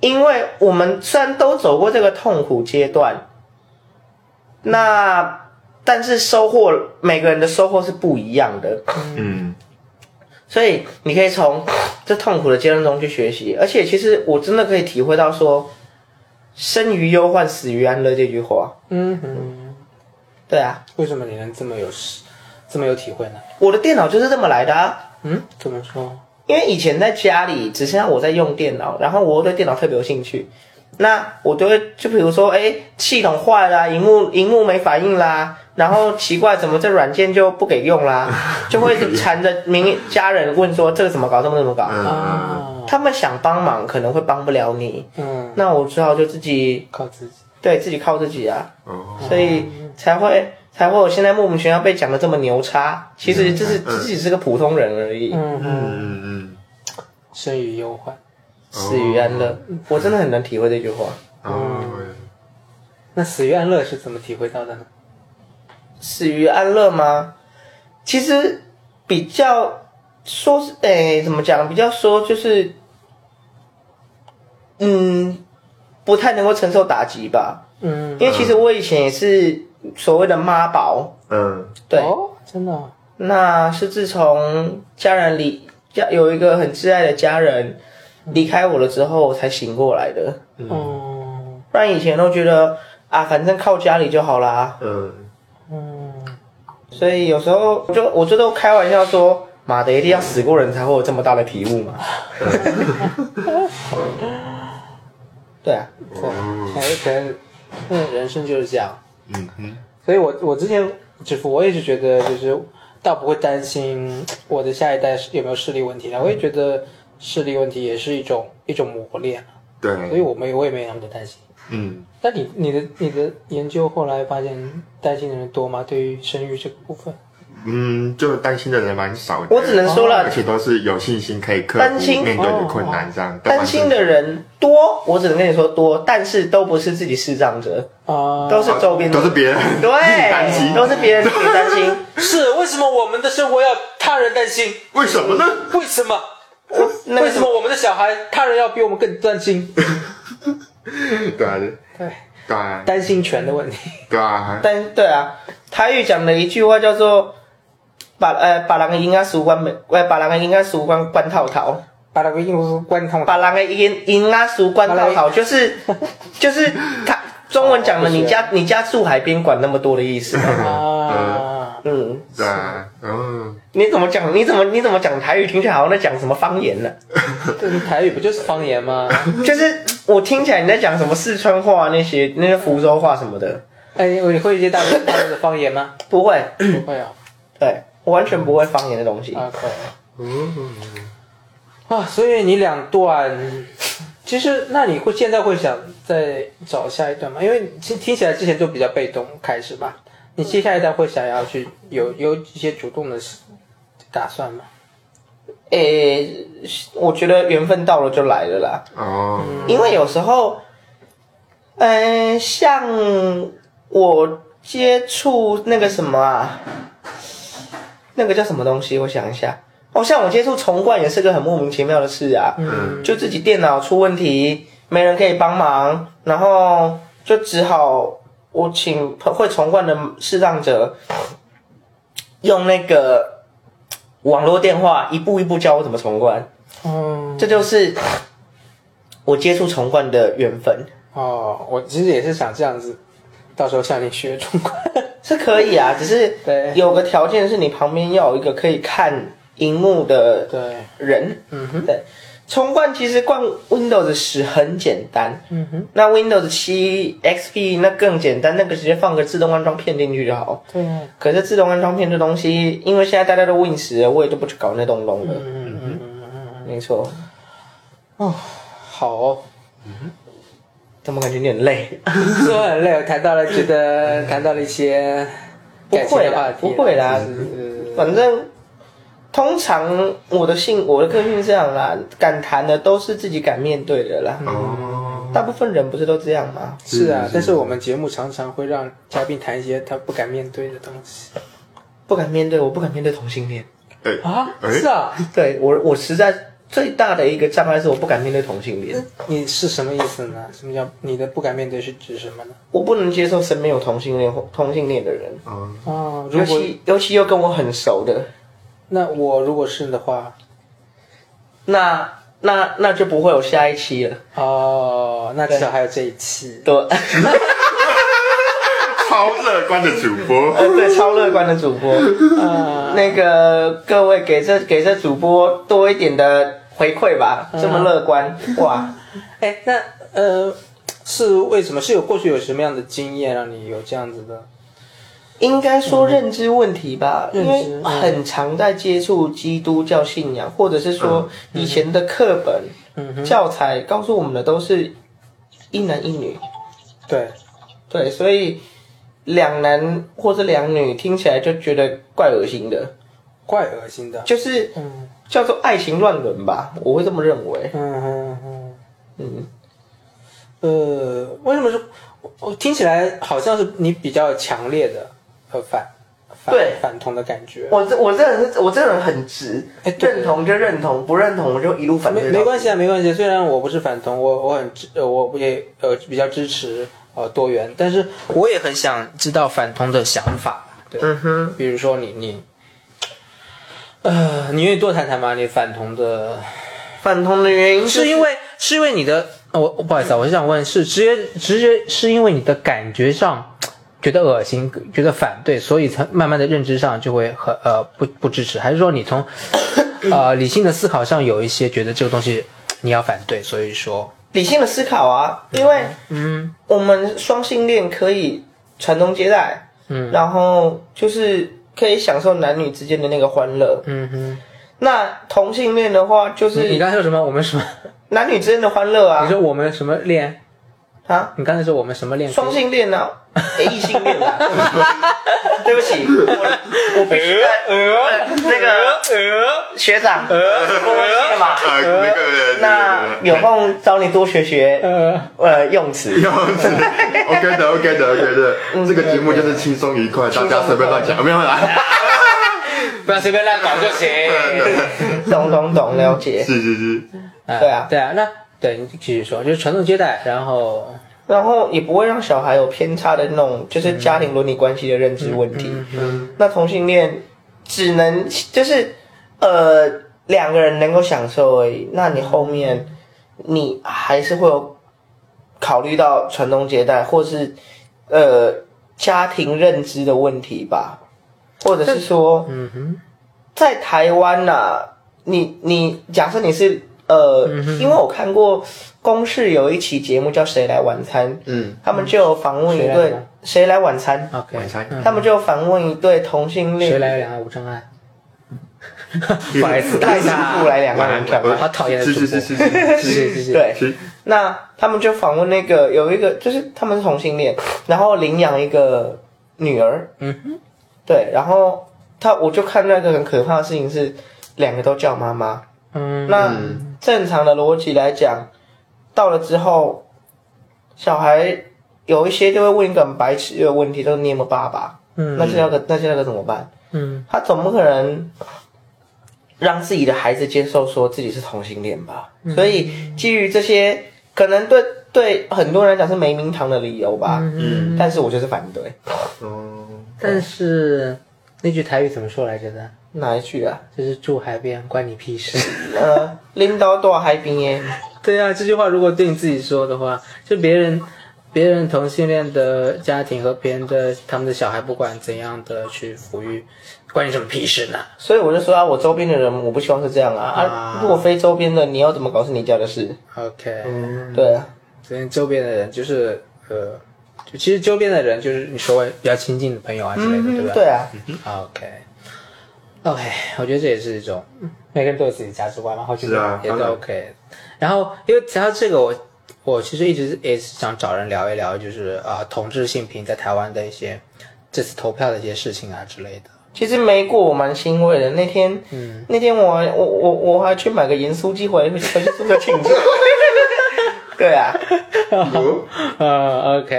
因为我们虽然都走过这个痛苦阶段，那但是收获每个人的收获是不一样的。嗯，所以你可以从这痛苦的阶段中去学习，而且其实我真的可以体会到说“生于忧患，死于安乐”这句话。嗯哼，对啊，为什么你能这么有这么有体会呢？我的电脑就是这么来的啊。嗯，怎么说？因为以前在家里只剩下我在用电脑，然后我又对电脑特别有兴趣，那我就会就比如说，哎，系统坏啦，荧幕荧幕没反应啦，然后奇怪怎么这软件就不给用啦，就会缠着明家人问说这个怎么搞，这个怎么 <laughs> 搞。嗯嗯，啊，他们想帮忙可能会帮不了你，嗯，那我只好就自己靠自己。对自己靠自己啊，哦，所以才会才会我现在莫名其妙被讲的这么牛叉。其实这是嗯自己是个普通人而已，嗯哼，嗯嗯生于忧患。死于安乐。我真的很能体会这句话。嗯，哦，那死于安乐是怎么体会到的呢？死于安乐吗？其实比较说是，哎，怎么讲？比较说就是，嗯，不太能够承受打击吧。嗯，因为其实我以前也是所谓的妈宝，嗯对，哦，真的哦，那是自从家人离家有一个很挚爱的家人离开我了之后，我才醒过来的。嗯不然以前都觉得啊，反正靠家里就好啦。嗯，嗯，所以有时候我就我就都开玩笑说，妈的，一定要死过人才会有这么大的体悟嘛。对啊，对，哎，可能，嗯，人生就是这样。嗯哼，所以我我之前只服我也是觉得就是倒不会担心我的下一代是有没有视力问题的，我也觉得视力问题也是一种一种磨练，所以对，我没我也没那么的担心。嗯，但你你的你的研究后来发现担心的人多吗？对于生育这个部分，嗯，就担心的人蛮少的，我只能说了而，且都是有信心可以克担服心哦面对的困难这样，担心的人多，我只能跟你说多，但是都不是自己视障者，啊、都是周边的都是别人对 <laughs> 担心，都是别人自己担心。是为什么我们的生活要他人担心？为什么呢？为什么？呃那个为什么我们的小孩他人要比我们更担心？对啊，对，对啊，担心权的问题。对啊，但对啊，台语讲的一句话叫做“把呃把人的囡仔输管袂，呃把人的囡仔输管管透透，把那个硬物关通。把人的啊囡囡仔输管透啊透”，就是就是他中文讲的哦不是你家你家住海边管那么多的意思。嗯啊，嗯，对啊，嗯，你怎么讲？你怎么你怎么讲台语？听起来好像在讲什么方言呢、这台语不就是方言 <laughs> 吗？就是我听起来你在讲什么四川话那些那些福州话什么的，哎，你会一些大陆大陆的方言吗？不会，不会啊，对我完全不会方言的东西。啊可以。嗯啊，所以你两段，其实那你会现在会想再找下一段吗？因为听听起来之前就比较被动开始吧，你接下一段会想要去有有一些主动的打算吗？诶、我觉得缘分到了就来了啦。哦，因为有时候，嗯、像我接触那个什么啊，那个叫什么东西？我想一下，哦，像我接触重灌也是个很莫名其妙的事啊，嗯就自己电脑出问题，没人可以帮忙，然后就只好我请会重灌的视障者用那个网络电话一步一步教我怎么重灌。嗯，这就是我接触重冠的缘分，哦，我其实也是想这样子，到时候向你学中国。是可以啊，只是对有个条件是你旁边要有一个可以看荧幕的对，人，嗯哼，对，重灌其实灌 Windows 十很简单，嗯哼，那 Windows 七 XP 那更简单，那个直接放个自动安装片进去就好。对啊，可是自动安装片这东西，因为现在大家都 Win 十，我也都不去搞那东东了。嗯嗯没错，好、哦，怎么感觉有点累？说很累，我谈到了觉得谈到了一些不感情会的话啦题，，不会啦，反正通常我的性我的个性是这样啦，敢谈的都是自己敢面对的啦。嗯哦，大部分人不是都这样吗？是是啊是，但是我们节目常常会让嘉宾谈一些他不敢面对的东西不敢面对，我不敢面对同性恋。哎啊，哎是啊，对我，我实在最大的一个障碍是我不敢面对同性恋，你是什么意思呢？什么叫你的不敢面对是指什么呢？我不能接受身边有同性恋或同性恋的人，哦，哦，如尤果其尤其又跟我很熟的，那我如果是的话，那那那就不会有下一期了。哦，那至少还有这一期。对，超乐观的主播，对，超乐观的主 <laughs> 播，啊，那个各位给这给这主播多一点的回馈吧，嗯这么乐观，哇！哎，那呃，是为什么？是有过去有什么样的经验让你有这样子的？应该说认知问题吧，嗯因认知为嗯很常在接触基督教信仰，或者是说以前的课本、嗯教材告诉我们的都是一男一女，对，对，所以两男或者两女听起来就觉得怪恶心的，怪恶心的。就是嗯叫做爱情乱伦吧，我会这么认为。嗯嗯嗯。嗯，呃，为什么是？我我听起来好像是你比较强烈的呃反反对反同的感觉。我这我这人我这人很直，哎对认同就认同，不认同我就一路反没对。没关系啊，没关系。虽然我不是反同，我我很支，呃，我也呃比较支持呃多元，但是我也很想知道反同的想法。对，嗯哼，比如说你你，呃，你愿意多谈谈吗？你反同的反同的原因、就是因为是因为你的，呃我我不好意思啊，我是想问，是直接直接是因为你的感觉上觉得恶心，觉得反对，所以才慢慢的认知上就会很呃不不支持，还是说你从呃理性的思考上有一些觉得这个东西你要反对，所以说理性的思考啊，因为嗯我们双性恋可以传宗接代，嗯然后就是可以享受男女之间的那个欢乐。嗯哼，那同性恋的话，就你你是刚才说什么？我们什么？男女之间的欢乐你啊说我们什么恋？啊，你刚才说我们什么恋？双性恋啊，诶异性恋啊，对不起，我我必须呃那个呃学长，我忘记了嘛。呃，那个那有空找你多学学呃，呃用词，这样子，OK 的，OK 的，OK 的，这个节目就是轻松愉快，大家随便乱讲，没有啦，不要随便乱搞就行。懂懂懂，了解。是是是，对对啊对啊，那对你继续说，就是传宗接代，然后然后也不会让小孩有偏差的那种，就是家庭伦理关系的认知问题。嗯那同性恋只能就是呃两个人能够享受而已，那你后面你还是会有考虑到传宗接代或是呃家庭认知的问题吧，或者是说，嗯哼，在台湾呐、你你假设你是呃，嗯因为我看过公视有一期节目叫《谁来晚餐》，嗯，他们就有访问一谁来对晚谁来晚餐， OK，晚餐嗯他们就有访问一对同性谁恋，来两岸无障 <laughs> 碍？不好意思，太一下辛苦来两个晚安人干嘛？好讨厌的是主播是是是是 <laughs> 谢谢谢谢。，对，是，那他们就访问那个有一个，就是他们是同性恋，然后领养一个女儿，嗯哼，对，然后他我就看那个很可怕的事情是，两个都叫妈妈，嗯，那嗯正常的逻辑来讲，到了之后，小孩有一些就会问一个很白痴的问题，就是你有没有爸爸？嗯那现在可那现在可怎么办？嗯他总不可能让自己的孩子接受说自己是同性恋吧？所以基于这些，可能对对很多人来讲是没名堂的理由吧。嗯但是我就是反对。哦，但是那句台语怎么说来着的？哪一句啊？就是住海边关你屁事。 <laughs> 呃，拎刀剁海边耶。对啊，这句话如果对你自己说的话，就别人。别人同性恋的家庭和别人的他们的小孩，不管怎样的去抚育，关你什么屁事呢？所以我就说啊，我周边的人我不希望是这样啊啊！如果非周边的，你要怎么搞是你家的事， OK，对啊，所以周边的人就是呃，就其实周边的人就是你所谓比较亲近的朋友啊之类的，对吧？对啊， OK。OK，我觉得这也是一种每个人都有自己的价值观嘛，然后觉是啊得也当都然 OK。然后因为提到这个，我我其实一直也是想找人聊一聊，就是啊、同志性平在台湾的一些这次投票的一些事情啊之类的。 <laughs> 其实没过我蛮欣慰的。那天，嗯那天我还我我我还去买个盐酥鸡回回去做个 <laughs> 庆祝。对啊，有啊呃，OK，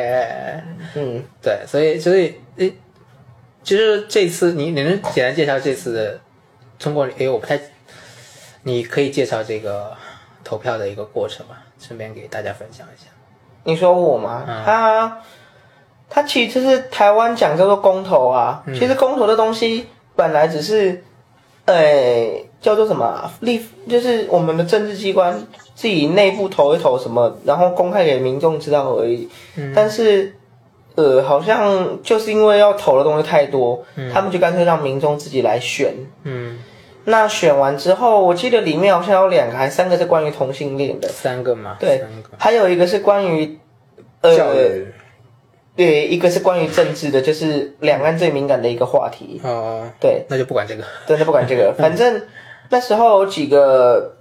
嗯，对，所以所以诶，其实这次你你能简单介绍这次的通过？诶，我不太，你可以介绍这个投票的一个过程吗？顺便给大家分享一下。你说我吗？他他其实是台湾讲叫做公投啊。其实公投的东西本来只是，呃，叫做什么啊立，就是我们的政治机关自己内部投一投什么，然后公开给民众知道而已。但是。呃，好像就是因为要投的东西太多，他们就干脆让民众自己来选。嗯，那选完之后，我记得里面好像有两个还三个是关于同性恋的，三个嘛，对三个，还有一个是关于，呃，教人对，一个是关于政治的，就是两岸最敏感的一个话题。哦，对，那就不管这个。真的不管这个，反正那时候有几个，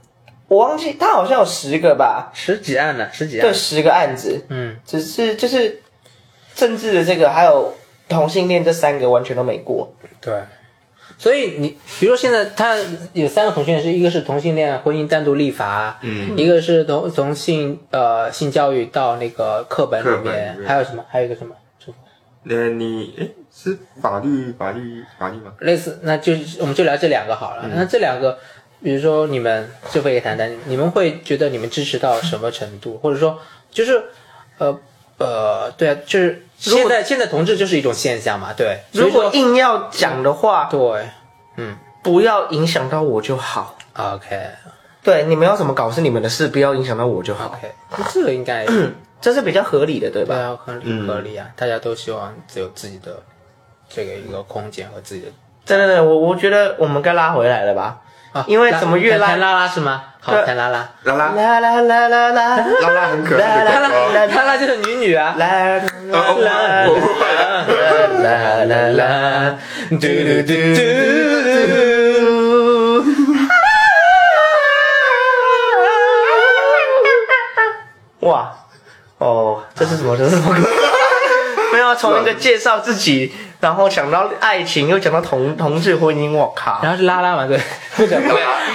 我忘记他好像有十个吧，十几案呢，十几对，案。十个案子，嗯只是就是政治的这个，还有同性恋这三个完全都没过。，对。所以你，比如说现在他有三个同性恋，是一个是同性恋婚姻单独立法，嗯，一个是同同性呃性教育到那个课本里课本面里，面还有什么？还有一个什么？呃，你诶是法律法律法律吗？类似，那就是我们就聊这两个好了。嗯那这两个，比如说你们就可以谈谈，你们会觉得你们支持到什么程度，或者说就是，呃呃，对啊，就是现在现在同志就是一种现象嘛，对。所如以果说硬要讲的话，对不要影响到我就好。 ，OK 对，你们要怎么搞是你们的事，不要影响到我就好。 OK，这个应该这是比较合理的，对吧？对啊，很很合理啊，大家都希望只有自己的这个一个空间和自己的真的真的，我我觉得我们该拉回来了吧？啊，因为怎么越拉拉谈拉拉是吗？好，对谈拉拉，拉拉啦啦啦啦啦啦拉拉很可爱的拉谈拉拉狗狗。拉拉拉就是女女啊，啦哦啦我不会了啦啦啦，嘟嘟嘟嘟嘟，哇哦，这是什么？这是什么歌？ <laughs> 没有啊，从一个介绍自己，然后讲到爱情，又讲到同同志婚姻，我靠！然后是拉拉嘛，对，啊 <laughs>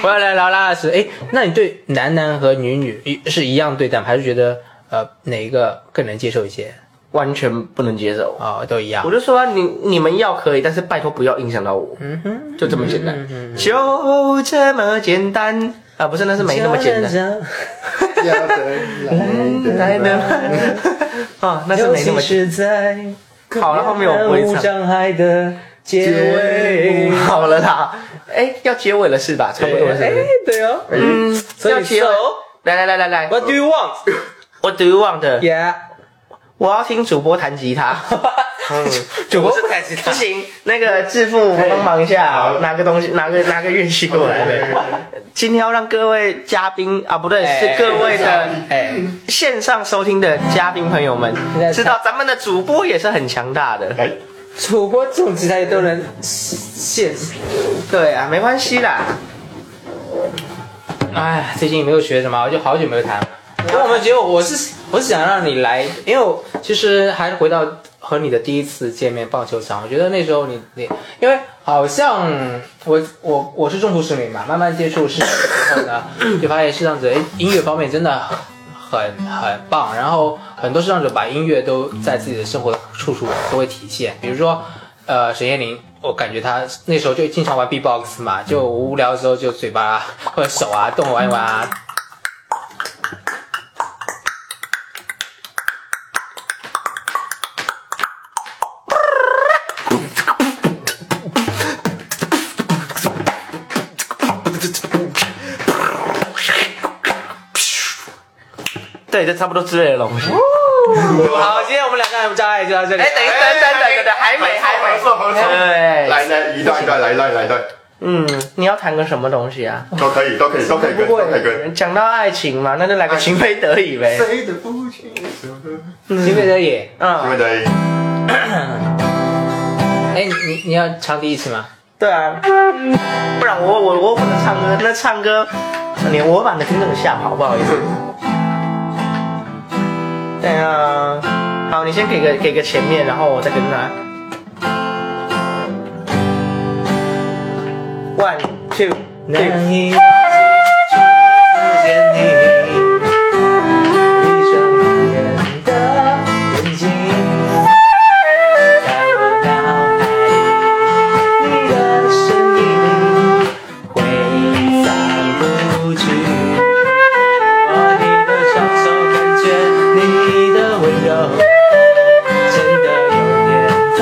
我要来聊拉拉是，哎，那你对男男和女女一是一样对待吗？还是觉得呃哪一个更能接受一些？完全不能接受。哦，都一样我。就说、啊、你你们要可以，但是拜托不要影响到我，嗯哼，嗯就这么简单，就这么简单啊！不是，那是没那么简单。单，要的来来 <laughs> 的的，啊，那是尤没那其么是在 <laughs> 好了，后面我不会无唱。障碍的结尾。 <laughs> 好了啦，哎，要结尾了是吧？差不多了是哎不是，对哦，嗯，所以要结尾 so-。来来来来来 What do you want? ，What do you want？ <laughs> Yeah，我要听主播弹吉他。 <laughs> 主播不敢接不行，那个致富帮忙一下哎好，拿个东西，拿个拿个乐器过来。今天要让各位嘉宾啊，不对，是哎各位的哎，线上收听的嘉宾朋友们在，知道咱们的主播也是很强大的。来，主播这种吉他都能现，对啊，没关系啦。哎，最近没有学什么，我就好久没有弹了。因为我们只有我是我是想让你来，因为我其实还是回到和你的第一次见面棒球场，我觉得那时候你你，因为好像我我我是中途市民嘛，慢慢接触市场之后呢，就发现视障者哎音乐方面真的很很棒，然后很多视障者把音乐都在自己的生活处处都会体现，比如说呃沈燕玲，我感觉她那时候就经常玩 B-box 嘛，就无聊的时候就嘴巴啊或者手啊动玩一玩啊，对，就差不多之类的东西。好，今天我们两个人无障碍就到这里。哎，等一等，等等等等，还没，还合没，作合作对，来来一段一段，来一段来一段，嗯，你要谈个什么东西啊？都可以都可以都可以不跟过都可以跟。讲到爱情嘛，那就来个情非得已呗。谁的父亲？因行不得也。嗯，为得哎，你你你要唱第一次吗？对啊，不然我我我不能唱歌，那唱歌你我把你的听众吓跑，不好意思。对啊，好，你先给个给个前面，然后我再跟着来。One two 难 three，以忘记初次见你，一双迷人的眼睛，在我脑海里，你的身影挥洒不去。握你的双手，感觉你的温柔，真的有点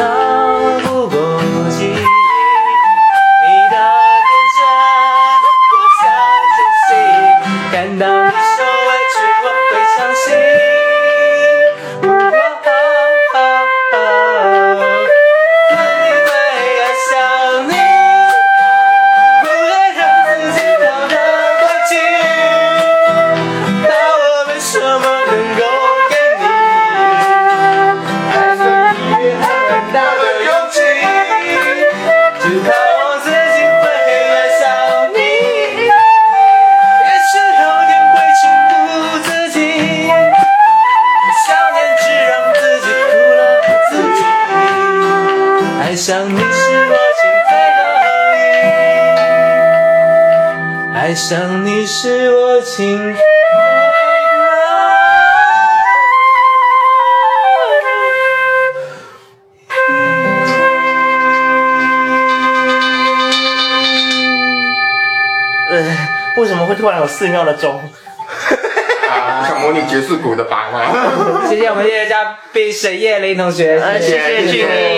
透不过气。你的眼神不再珍惜，感到你受委屈，我会伤心。可你会爱上你，不会让自己逃得过去。那我们什么能够给你？爱上你很大的勇气。只怕我自己会爱上你，也许有天会情不自禁，想念只让自己苦了自己。爱上你是我情非得已，爱上你是我情非得已。呃，为什么会突然有寺庙的钟？啊，想模拟爵士鼓的把吗？谢谢我们音乐嘉宾沈叶林同学，呃，谢谢谢谢俊